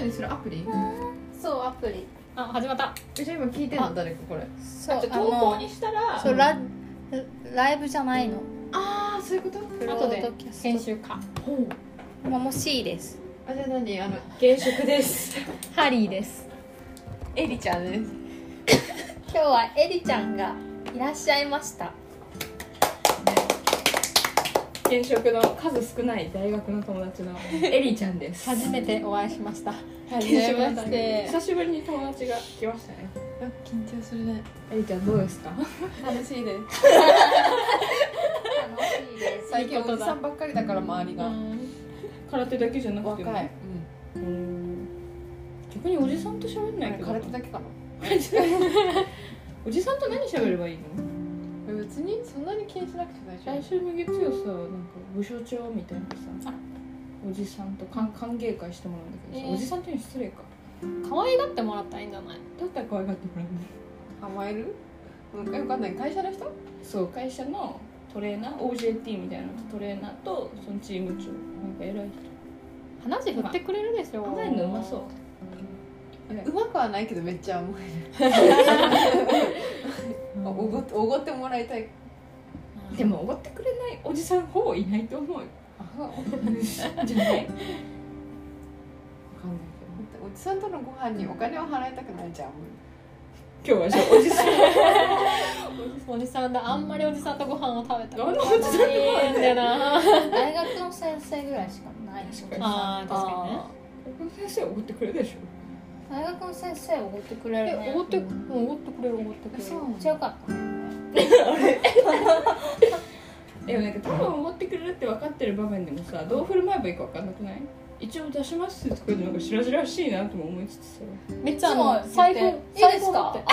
りするアプリそうアプリあ始まったえじゃあ今聞いてんの誰かこれそうあちょあ投稿のにしたらそうラライブじゃないのああそういうことブロ後ーでドキャスト編集かほうまあもう C ですあじゃあ何あの現職ですハリーですエリちゃんです今日はエリちゃんがいらっしゃいました現職の数少ない大学の友達のエリちゃんです初めてお会いしましたはじめまして久しぶりに友達が来ましたね緊張するねエリちゃんどうですか楽しいです楽しいです最近いおいことだじさんばっかりだから周りが、空手だけじゃなくても若い、うん逆におじさんと喋んうないん、けど空手だけかな おじさんと何喋ればいいの別にそんなに気にしなくて大来丈週の月曜さなんか部署長みたいなさおじさんと歓歓迎会してもらうんだけどさ、えーおじさんっていうの失礼か可愛がってもらったらいいんじゃないだったら可愛がってもらうんだ夫甘えるなんかよくわかんない会社の人そう会社のトレーナー OJT みたいなトレーナーとそのチーム長なんか偉い話振ってくれるでしょ人甘いのうまそううまくはないけどめっちゃ甘えるおごっておごってもらいたいでもおごってくれないおじさんほぼいないと思うよあわかんじゃないないけどおじさんとのご飯にお金を払いたくないじゃん今日はじゃあおじさんおじさんだあんまりおじさんとご飯を食べたどんなおじさんいいんだよな大学の先生ぐらいしかないでしょあー確かにね先生おごってくれるでしょ大学の先生おごってくれるねえおごっておごってくれるおごってくれるう強かったでもなんか多分おごってくれるって分かってる場面でもさどう振る舞えばいいか分かんなくない一応出しますとかなんか白々しいなとも思いつつさめっちゃあいつのも財布言って財いいです布持かって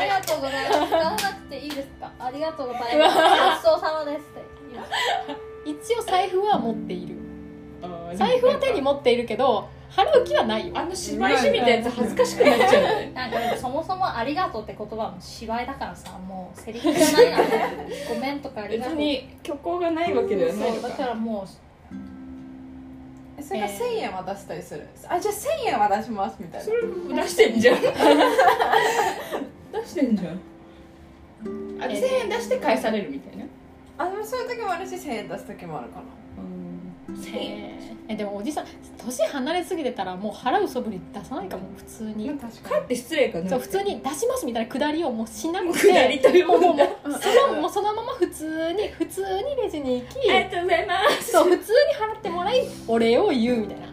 ありがとうございます。使わなくていいですか。ありがとうございます。ごちそうさまですって言う。一応財布は持っているあー財布は手に持っているけど払う気はないよあの芝居師みたいなやつ恥ずかしくなっちゃうよねなんかでもそもそもありがとうって言葉も芝居だからさ、もうセリフじゃないのね。ごめんとかあり別がとう。に虚構がないわけではないそのうだかからもそれが1000円は出したりする、あじゃあ1000円は出しますみたいそなれ出してんじゃん出してんじゃんあえー1000円出して返されるみたいなあでもそういう時もあるし1000円出す時もあるかな1000円えーえでもおじさん年離れすぎてたらもう払うそぶり出さないかも普通に確かかえって失礼かなそう普通に出しますみたいなくだりをもうしなくくだてりというもものうもうもでうそのもうそのまま普通に普通にレジに行きありがとうございますそう普通に払ってもらいお礼を言うみたいな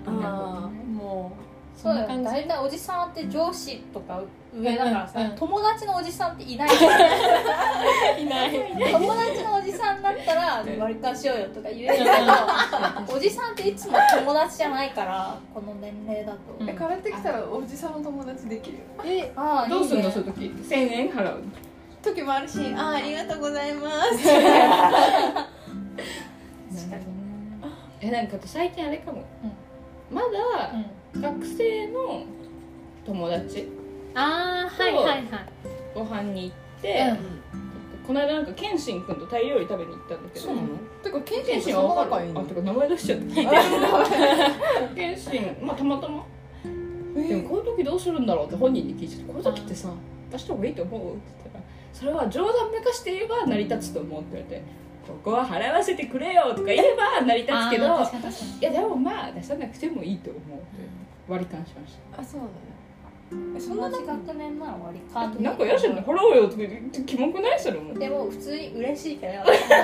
あもう、うそそうんなだ感よ。じ大体おじさんって上司とか上だからうんうんさう、ん友達のおじさんっていない。いない友達のおじさんだったら割り勘しようよとか言えるけどおじさんっていつも友達じゃないからこの年齢だと、うんえ帰ってきたらおじさんの友達できるよえああどうすんのいいそうねいう時1000円払うの時もあるしあありがとうございますなるほどねえなんかあと最近あれかも、まだ学生の友達あーそはういはいご飯に行って、この間なんか謙信君とタイ料理食べに行ったんだけどそうなのてかケンケ謙ン信は分は分かかるるのあてか名前出しちゃった謙信まあたまたまでもこういう時どうするんだろうって本人に聞いちゃってこういう時ってさ出した方がいいと思うって言ったらそれは冗談めかして言えば成り立つと思うって言われてここは払わせてくれよとか言えば成り立つけどあー確かに確かにいやでもまあ出さなくてもいいと思うって割り勘しましあそうなんだえそんな同時じ学年なら割り勘たなんか嫌じゃない払おうよとか言ってキモくないそれもでも普通に嬉しいけどラッキーラッキー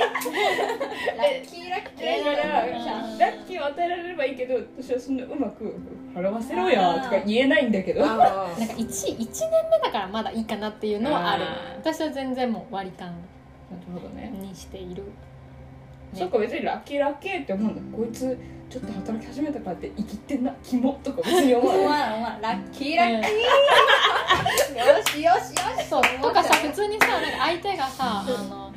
ラッキーラッキだーからうんラッキーを与えられればいいけど私はそんなうまく払わせろよとか言えないんだけどあなんか 1, 1年目だからまだいいかなっていうのはあるあー私は全然もう割り勘なるほどねにしているそっか別にラッキーラッキーって思うんだこいつちょっと働き始めたからって生きてんなキモとか別に思お前わないらお前らラッキーラッキーよしよしよしそうとかさ普通にさなんか相手がさあ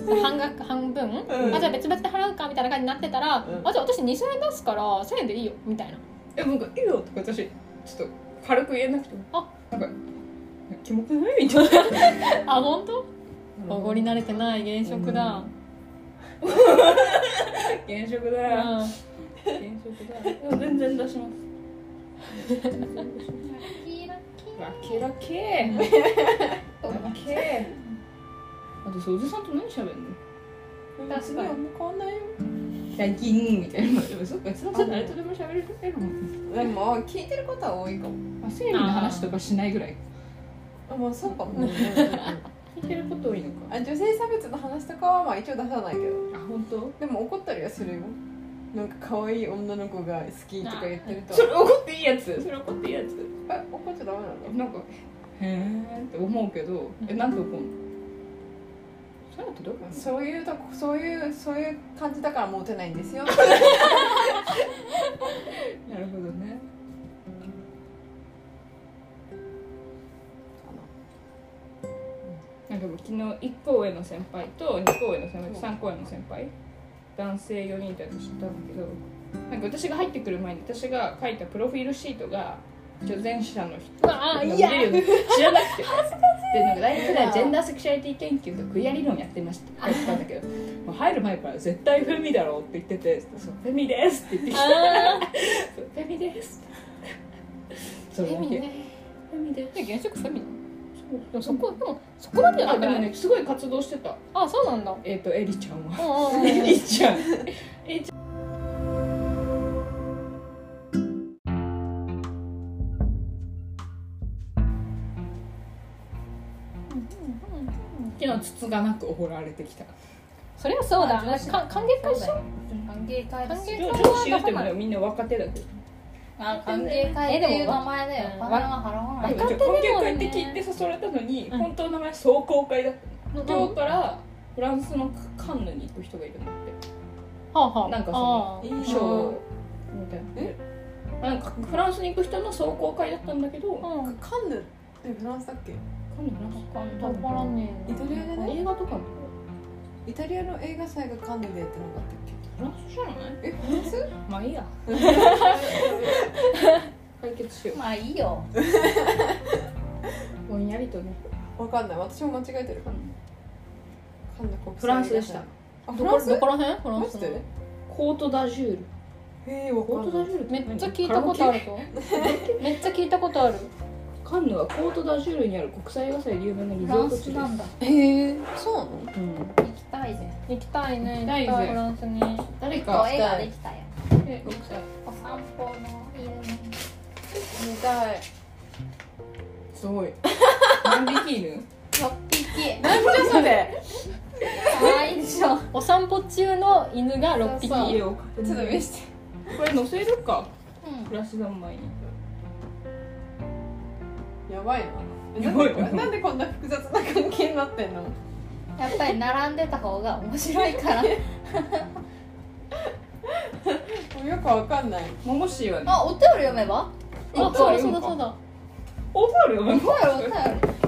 の何半額半分、んあじゃあ別々で払うかみたいな感じになってたら、うんあじゃあ私2000円出すから1000円でいいよみたいな えなんかいいよとか私ちょっと軽く言えなくてもあなんかキモくないみたいなあ本当おごり慣れてない現職だ、現職だよ現職だでも全然出しますキララッキーラッキーラッキー私おじさんと何喋るの確かにに変わんないよ最近みたいなでもそっかいつだって誰とでも喋れるもんでも聞いてることは多いかもまあ生理の話とかしないぐらいあまあそうかも、うんうん聞いてること多いのかあ女性差別の話とかはまあ一応出さないけどあ本当でも怒ったりはするよなんか可愛い女の子が好きとか言ってるとそれ怒っていいやつそれ怒っていいやつえ怒っちゃダメなのなんかへえって思うけどえなんで怒んのそういうのってどうかなそういうとこそういうそういう感じだからモテないんですよなるほどねなんか昨日1個上の先輩と2個上の先輩と3個上の先輩男性4人とやって知ったんだけどなんか私が入ってくる前に私が書いたプロフィールシートが女前者の人わなあんかい見やれるよね知らなくて恥ずかしいでなんか大学ではジェンダーセクシュアリティ研究とクイア理論やってましたって言ったんだけどもう入る前から絶対フェミだろうって言ってて「そうフェミです」って言ってきたあ「そうフェミです」そーれだフェけミねフェミですで現職フェミなのそうでもそこでもそこまではあなでくなもいねすごい活動してたあそうなんだえっ、とエリちゃんはうんうんうんエリちゃん昨日筒がなくおごられてきたそりゃそうだまあ上司か歓迎会しよう歓迎会だ歓し迎上司会言はうて出さもなねいみんな若手だけどあ歓迎会っていう名前だよえでもお金は払わなでいも一応若手で歓迎もね会って聞いて誘われたのに、うん本当の名前壮行会だったうん今日からフランスのカンヌに行く人がいるんだってはあはあなんかそあのーいいな賞みたいなえなんかフランスに行く人の壮行会だったんだけど、カうんカンヌってフランスだっけンヌフランスわからねえイタリアじゃない映画とかもイタリアの映画祭がカンヌでやってなかったっフランスじゃないけえフランスまあいいや解決しよまあいいようぼんやりとねわかんない私も間違えてるかもカンヌ国際映画祭フランスでしたあフどラこンスどこら辺フランマスジのでコートダジュールへえわコーかトんなダいジュールめっちゃ聞いたことあるるぞめっちゃ聞いたことあるカンヌはコートダジュールにある国際映画祭で有名なリフゾラーント地スでなんだへえそうなのす、うん、行きたいぜ行きたいね行きたいぜ行きたいフランスに誰かお絵ができたよえ国際お散歩の犬見たいすごい何匹犬六匹何じゃそれ可愛いでしょお散歩中の犬が6匹そうそういるをちょっと見してこれ乗せるかうんプラス三枚にやばいなやばいななんでこんな複雑な関係になってんのやっぱり並んでた方が面白いからもうよくわかんないももしーはね あお便り読めばあそうおだ便そりうもだかそうだお便りをお便りお便り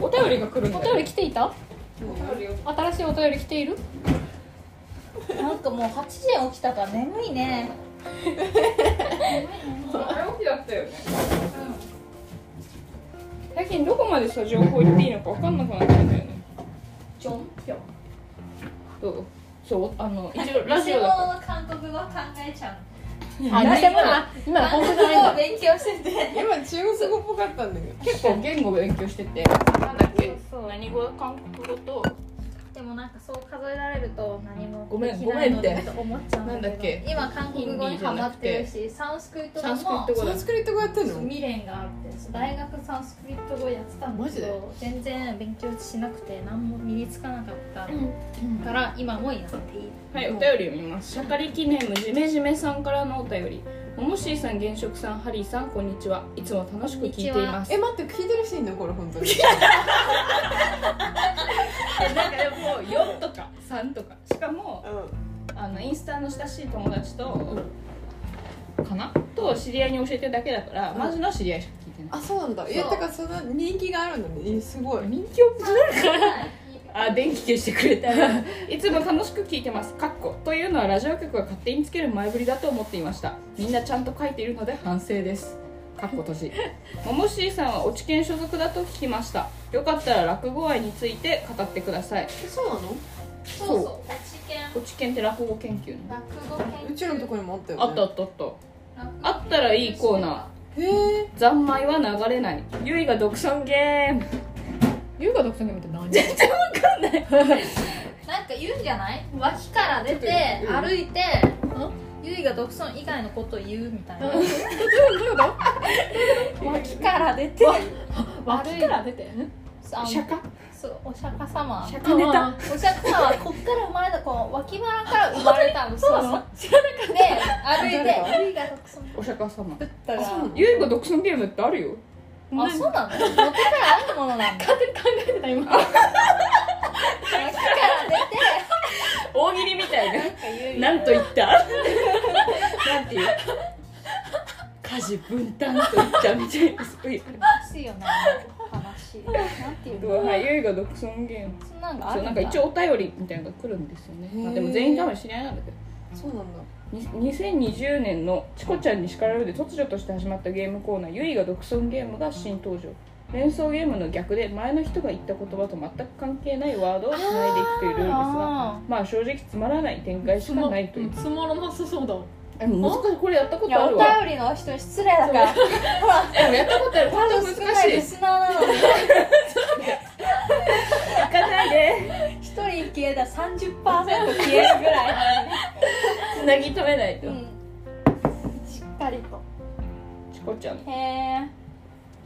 お便りが来るんだおよ便り来ていたお便りを新しいお便り来ているなんかもう8時に起きたから眠いね早起きだったよね最近どこまでさ情報言っていいのか分かんなくなったんだよねちょんぴょんどうそうあの一応ラ私ジオだかも韓国語考えちゃあ、偽ら物今だ今のう韓本当国じゃ語ないんだを勉強してて今中国語っぽかったんだけど結構言語勉強しててなんだっけ何語韓国語とでもなんかそう数えられると何もごめんできないのごめんでっと思っちゃうんだけどなんだっけ今韓国語にハマってるしサンスクリットサ語ンスクリッもト語サだンスクリット語やってんの未練があってそう大学サンスクリット語やってたんだけど全然勉強しなくて何も身につかなかったから今もやっているはい、お便り読みます。シャカリキネームじめじめさんからのお便り。ももしーさん、現職さん、ハリーさん、こんにちは。いつも楽しく聞いています。え待って聞いてる人いんのこれ本当になんかでももう4とか3とか。しかも、あのインスタの親しい友達と、かなと知り合いに教えてるだけだから、うんマジの知り合いしか聞いてない。あそうなんだいやそうだからその人気があるんだねえすごい人気をずるあ、電気消してくれた。 いつも楽しく聞いてます。かっこ。というのは、ラジオ局が勝手につける前振りだと思っていました。みんなちゃんと書いているので反省です。かっこ 閉じ。ももしーさんは落ち研所属だと聞きました。よかったら落語愛について語ってください。そうなのそうそう落ち研落ち研って落語研究の落語研究うちらのとこにもあったよねあったあったあった落語あったらいいコーナへえー三昧は流れないゆいが独尊ゲーム優雅独占ゲームって何なんか言うんじゃない脇から出てちょっとうん歩いてゆいが独尊以外のことを言うみたいな 脇から出て脇から出てあ釈迦そうお釈迦様釈迦ネタお釈迦様はこっから生まれたこの脇腹から生まれたのそうそう で歩いてゆいが独尊お釈迦様あそうなのゆいが独尊ゲームってあるよあそうなの元からあるもの なんだ勝手に考えてた脇今から出て大喜利みたいなんか言う ななんと言ったなんていう家事分担と言ったみたいなすごいらしいよな話なんていうのはいゆいが独尊ゲームそんなんがあそるうなんんかだ一応お便りみたいなのが来るんですよね、まあ、でも全員多分知り合いなんだけどそうなんだに2020年の「チコちゃんに叱られる」で突如として始まったゲームコーナー「ゆいが独尊ゲーム」が新登場連想ゲームの逆で前の人が言った言葉と全く関係ないワードをつないでいくというルールですがあまあ正直つまらない展開しかないというつまらなさそうだえ難しいこれやったこーいとやあおるわ便りの人に失礼だからほらでもやったことある本当数少ないリいスナーなのに行かないで一人消えたら30%消えるぐらい、つなぎ止めないと、うん、しっかりとチコちゃんへえ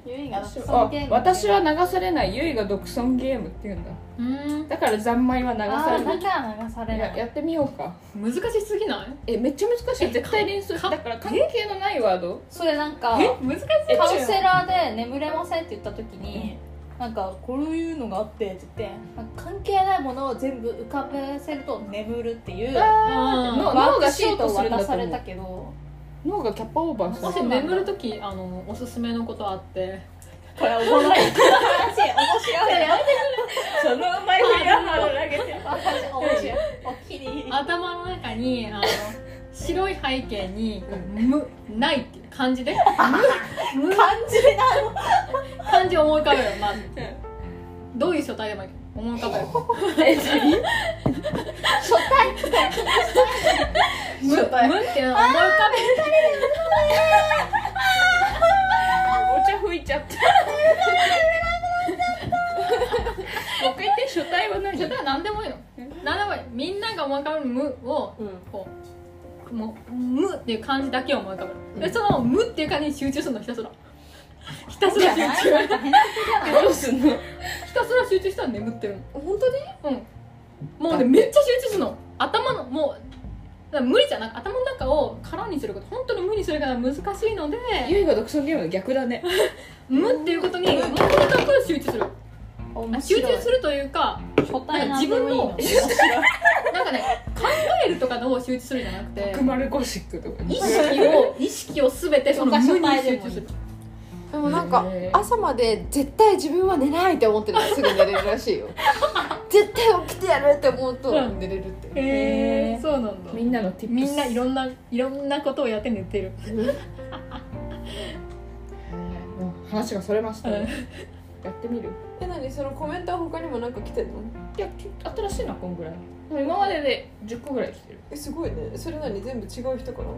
ゆいがあ私は流されないゆいが独尊ゲームっていうんだうんだから三昧は流さあれーなだいから流されないややってみようか難しすぎないえめっちゃ難しい絶対連想だから関係のないワードそれなんか難しいえカウンセラーで眠れませんって言った時になんかこういうのがあってって言ってなんか関係ないものを全部浮かべせると眠るっていうワあのークシートを渡されたけど脳がキャッパオーバーするもし眠る時あのおすすめのことあってこれおもろい話面白いよ その前振りは投げて私面白いお気に入り頭の中にあの白い背景に「無」「ない」って漢字で感じな漢字を思い浮かべるまずどういう書体でもいい思い浮かべるえ何初対「無」無っていうのを思い浮かべるお茶吹いちゃったもう一回言って書体は何書体は何でもいいの何でもいいみんなが思い浮かべる「無」をうんこう「もう無」っていう漢字だけを思い浮かべるでその「無」っていう漢字に集中するのひたすらひたすら集中じゃない変なじゃないどうすんのひたすら集中したら眠ってるの本当にうんもうねめっちゃ集中するの頭のもうだから無理じゃなく頭の中を空にすること本当に無にするから難しいのでゆいが独尊ゲームの逆だね無っていうことにもうとにかく集中する面集白い中するというか初対なんでもいいの自なんかね考えるとかのを集中するんじゃなくてマルゴシックとか意識を意識を全てその無に集中するでもなんかへえ朝まで絶対自分は寝ないって思ってるとすぐ寝れるらし いよ絶対起きてやるって思うと寝れるってへえそうなんだみんなのティップスみんないろんないろんなことをやって寝てるもう話がそれましたうんねやってみるえ何そのコメントは他にもなんか来てんのいや新しいなこんぐらい今までで10個ぐらい来てるえすごいねそれ何全部違う人から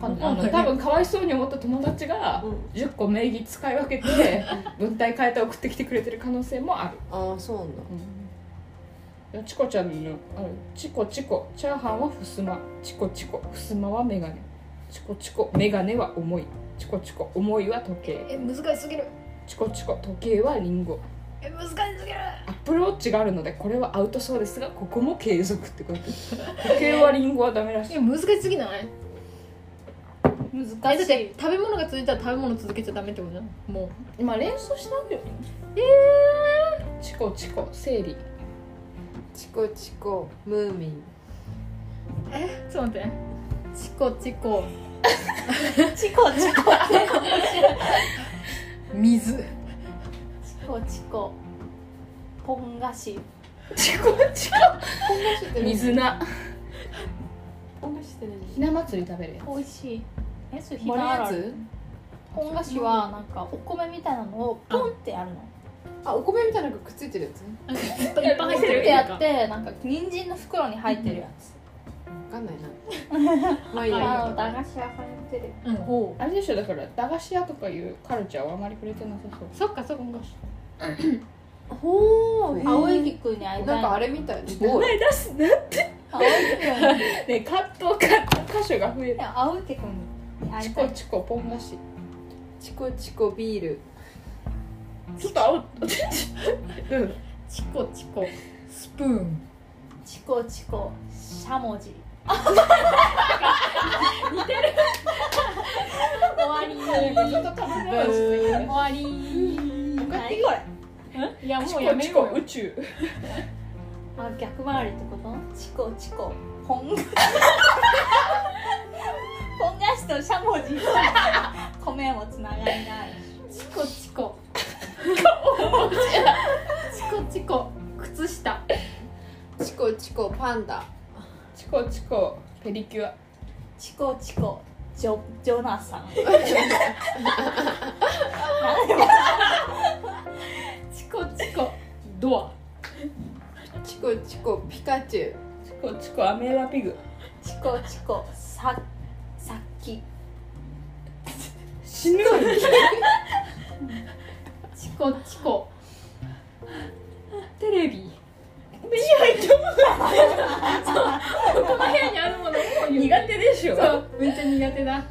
あわかんなのい多分かわいそうに思った友達がうん10個名義使い分け て文体変えて送ってきてくれてる可能性もある、ああそうなんだチコちゃんのあの「チコチコチャーハンはふすま」「チコチコふすまはメガネ」「チコチコメガネは重い」「チコチコ重いは時計」え難しすぎる「チコチコ時計はリンゴ」え難しすぎるアップルウォッチがあるのでこれはアウトそうですがここも継続ってこと時計はリンゴはダメらしいえ難しすぎない難えだしっいて食べ物が続いたら食べ物続けちゃダメってことじゃんもまあ連想しないよねチコチコ生理チコチコムーミンうえちょっと待ってチコチコチコチコ水チコチコポン菓子チコチコポン菓子って何水菜ポン菓子ってひな祭り食べるや美味しいえそれひ何丸いなやあるつポン菓子はなんかお米みたいなのをポンってやるのあお米みたいなのがくっついてるやつなんかいっぱい入ってポンっるてやってなんか人参の袋に入ってるやつ分かんないな まあいいあやの駄菓子屋さんに売ってるうんほあれでしょだから駄菓子屋とかいうカルチャーはあまり触れてなさそうそっかそっかほう青い菊に会いたないんかあれみ たいです名ごい前出すなね青い菊にえカットカット箇所が増える青い菊に会チいたコいチコポン菓子チコチコビールちょっと青うんチコチコスプーンチコチコしゃもじ終わりちょっと食べ物して終わり何これいやチもうやコめチよコうよ宇宙あ逆回りってことチコチコポ ンポン菓子としゃもじ米もつながりないチコチコチコチコ靴下チコチコパンダチコチコペリキュアチコチコジョジョナサンなんでもチコチコドアチコチコピカチュウチコチコアメーバピグチコチコささっき死ぬチコチコテレビ目に入ってもこの部屋にあるものを言う 苦手でしょそうめっちゃ苦手だ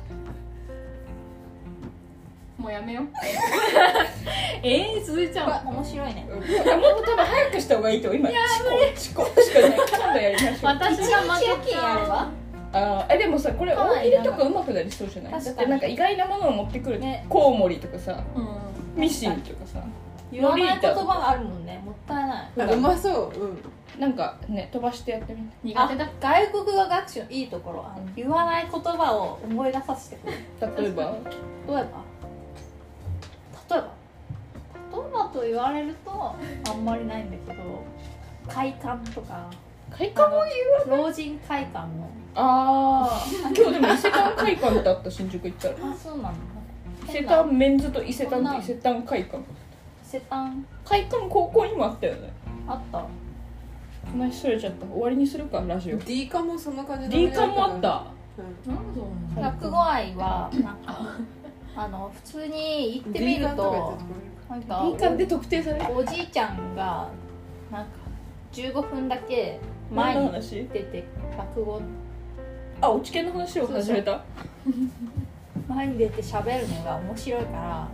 もうやめようえー、続いちゃこれう面白いねもっと多分早くした方がいいと思う今チコチコしかない今度やりましょう私が負一日夜け勤やればあーえでもさこれ大喜利とかうまくなりそうじゃない確だかにってなんか意外なものを持ってくるねコウモリとかさうんミシンとかさ言わない言葉があるもんねもったいないあうまそううんなんかね飛ばしてやってみて苦手だあ外国語学習のいいところあの言わない言葉を思い出させてくれる例例えばえば例えば例えばと言われるとあんまりないんだけど快感とか快感を言う老人快感のああ今日でも伊勢丹会館ってあった新宿行ったらあそうなの伊勢丹メンズと伊勢丹と伊勢丹会館伊勢丹会館高校にもあったよねあった話しそれちゃった終わりにするかラジオ D カもそんな感じ D 館もあったうんなんだろうな落語愛はなんかあの普通に行ってみる D 缶かとやなんか D 館で特定されるおじいちゃんがなんか15分だけ前何のに話出て落語あ落ち券の話を始めた前に出て喋るのが面白いから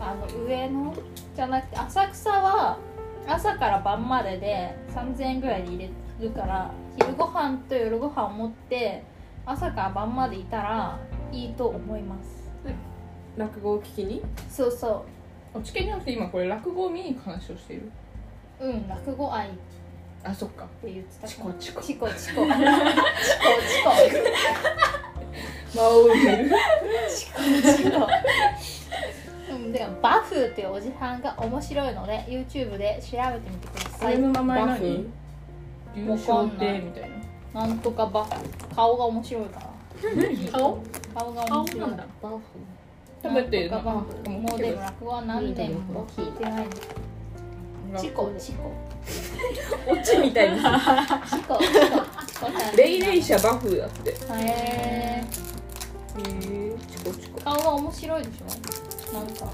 あの上野じゃなくて浅草は朝から晩までで3000円ぐらいで入れるから昼ご飯と夜ご飯を持って朝から晩までいたらいいと思いますつ落語を聞きにそうそ落ち券じゃなくて今これ落語を見に行く話をしているううん落語愛ってあそっか言ってたチコチコチコチコチコチ魔王を見るコチコうん、でもバフっていうおじさんが面白いので YouTube で調べてみてくださ俺いの名前バ何フ優勝でみたいななんとかバフ顔が面白いから顔顔が顔面な白いんだバフ食べてななんんとかかバフもうでも落語は何年も聞いてないチコ チコ落ちみたいなチコチコレイレイ社バフだってへへええチコチコ顔が面白いでしょなん か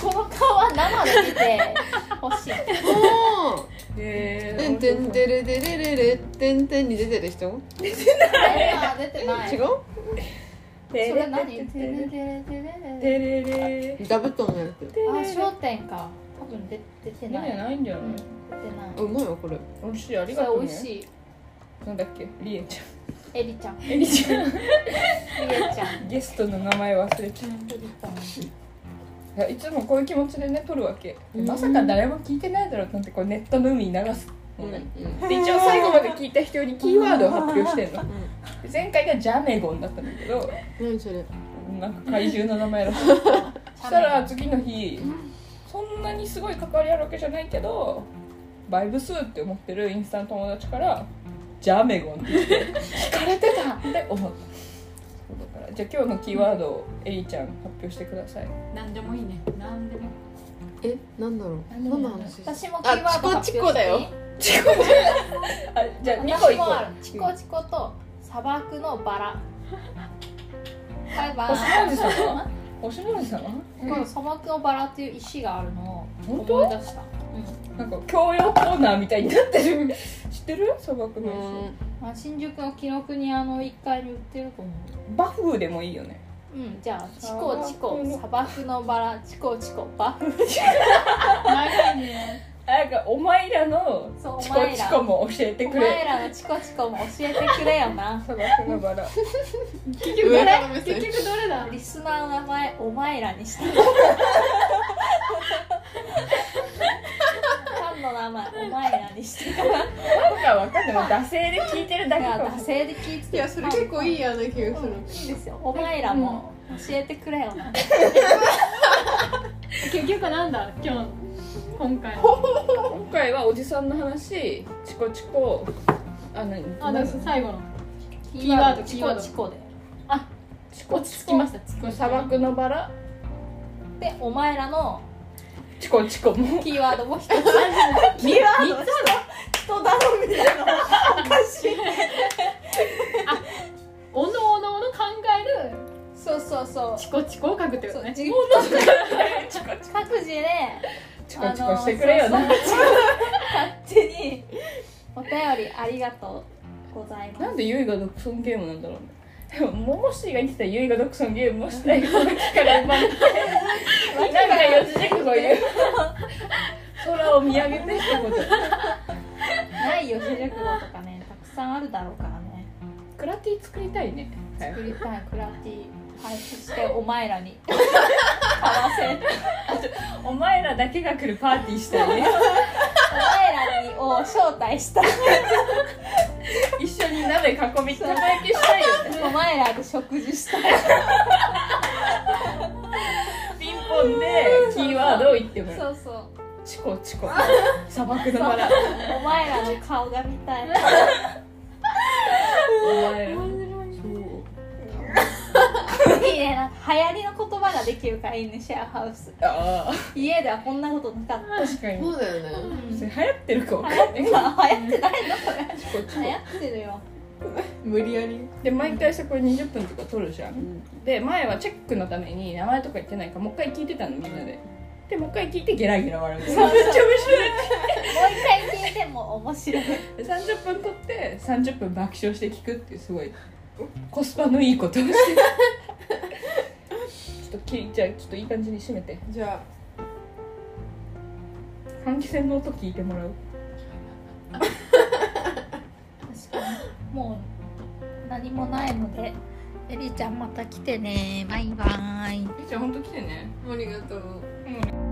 この顔は生で見てほしいへてんてんてれでれれれてんてんに出てる人あ出てない違そうれ何テレテレテレテレレダブトンのやつあ焦点か多分出出て出ない出ててないんじゃないなうまいわこれ美味しいありいがそとれ美うね味しいなんだっけリエちエリ ちゃんエゃんエリちゃリちゃんんゲストの名前忘れちゃエリちゃんういやいつもこういう気持ちでね撮るわけうんまさか誰も聞いてないだろうなんてこうネットの海に流すのねうで一応最後まで聞いた人にキーワードを発表してんので前回がジャメゴンだったんだけどん何それなんか怪獣の名前らしい そしたら次の日そんなにすごい関わりあるわけじゃないけどバイブスって思ってるインスタの友達から「ジャメゴン」って言って「聞かれてた!」って思ったそうだからじゃあ今日のキーワードをエリちゃん発表してくださいなんでもいいねなんでもえなんだろう何の話私もキーワードあチコチコだよ発表していいあじゃあ2個私いこもあるうチコチコと砂漠のバラバイバ星イの王子様星の王子様この砂漠のバラっていう石があるのを本思い当出したなんか教養コーナーみたいになってる知ってる砂漠のう石んまあ新宿の紀ノ国屋の1階に売ってると思バフーでもいいよねううんじゃあチ砂コ漠のチコ砂漠のバラチコチコバフ長いねなんかお前らのそうチおコ前チらコも教えておく前れらのチコチコも教えてくれよな砂漠のバラ結局上どから目れ線結局どれだリスナーの名前お前らにしたファンの名前お前らにしてなんかわかんないもう惰性で聞いてるだだけからかも惰性で聞いていてやそれ結構いいややな気がするいいですよお前らも教えてくれよな結局なんだ今日今回今回はおじさんの話チコチコあ何あ何でも最後のキーワードチキーコワードチコでチコ落チち着きコましたこの砂漠のバラでお前らのチコチコもキーワードも一つキーワー3つ人だろみたいなおのおのおの考えるそうそうそうチコチコを書くってこそとうね自チコチコ各自で、チコチコしてくれよなあのそうそう勝手にお便りありがとうございまなすんでユイが独尊ゲームなんだろうねでもモモシーが言ってたユイが独尊ゲームをしたいこの木から生まれてなんか四字熟語言う空を見上げてってことないよ主力語とかねたくさんあるだろうからねクラティ作りたいね作りたいクラティ配布してお前らに買わせてお前らだけが来るパーティーしたいねお前らにを招待 した一緒に鍋囲みたたきしたいよねお前らで食事したピンポンでキーワードを言ってもらうそうそうチコチ コ砂漠のバラお前らの顔が見たいお前らいいねなんか流行りの言葉ができるからいいねシェアハウスあ家ではこんなことなか ったあ確かにそうだよねそれ流行ってるかわかんない流行ってないのこれチコチコ流行ってるよ無理やりで毎回そこに20分とか取るじゃんで前はチェックのために名前とか言ってないからもう一回聞いてたのみんなででもう一回聞いてゲラゲラ笑うめっちゃ面白もいう一回聞いても面白いで30分取って30分爆笑して聞くっていうすごいコスパのいいことを してちょっときじゃあちょっといい感じに締めてじゃ換気扇の音聞いてもらう確かにもう何もないのでエリちゃんまた来てねバイバーイじゃあ本当来てねあありがとううん